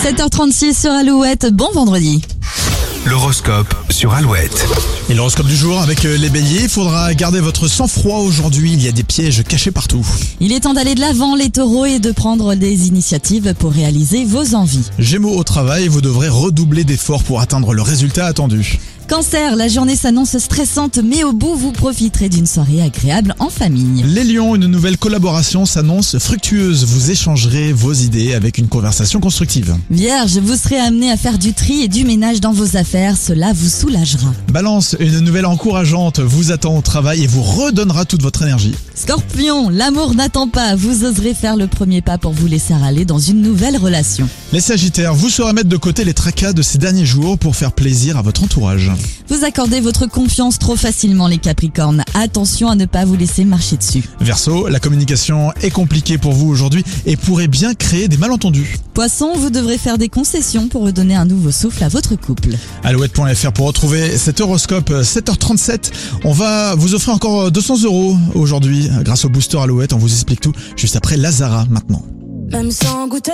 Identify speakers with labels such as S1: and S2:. S1: 7h36 sur Alouette. Bon vendredi.
S2: L'horoscope sur Alouette.
S3: Et l'horoscope du jour avec euh, les béliers, il faudra garder votre sang-froid aujourd'hui, il y a des pièges cachés partout.
S1: Il est temps d'aller de l'avant, les taureaux, et de prendre des initiatives pour réaliser vos envies.
S3: Gémeaux au travail, vous devrez redoubler d'efforts pour atteindre le résultat attendu.
S1: Cancer, la journée s'annonce stressante, mais au bout, vous profiterez d'une soirée agréable en famille.
S3: Les lions, une nouvelle collaboration s'annonce fructueuse, vous échangerez vos idées avec une conversation constructive.
S1: Vierge, vous serez amené à faire du tri et du ménage dans vos affaires, cela vous soulagera.
S3: Balance, une nouvelle encourageante vous attend au travail et vous redonnera toute votre énergie.
S1: Scorpion, l'amour n'attend pas, vous oserez faire le premier pas pour vous laisser aller dans une nouvelle relation.
S3: Les sagittaires, vous saurez mettre de côté les tracas de ces derniers jours pour faire plaisir à votre entourage.
S1: Vous accordez votre confiance trop facilement, les capricornes. Attention à ne pas vous laisser marcher dessus.
S3: Verseau, la communication est compliquée pour vous aujourd'hui et pourrait bien créer des malentendus.
S1: Poisson, vous devrez faire des concessions pour redonner un nouveau souffle à votre couple.
S3: Alouette.fr pour retrouver cet horoscope euh, 7h37. On va vous offrir encore euh, 200 euros aujourd'hui euh, grâce au booster Alouette. On vous explique tout juste après Lazara maintenant.
S4: Même sans goûter,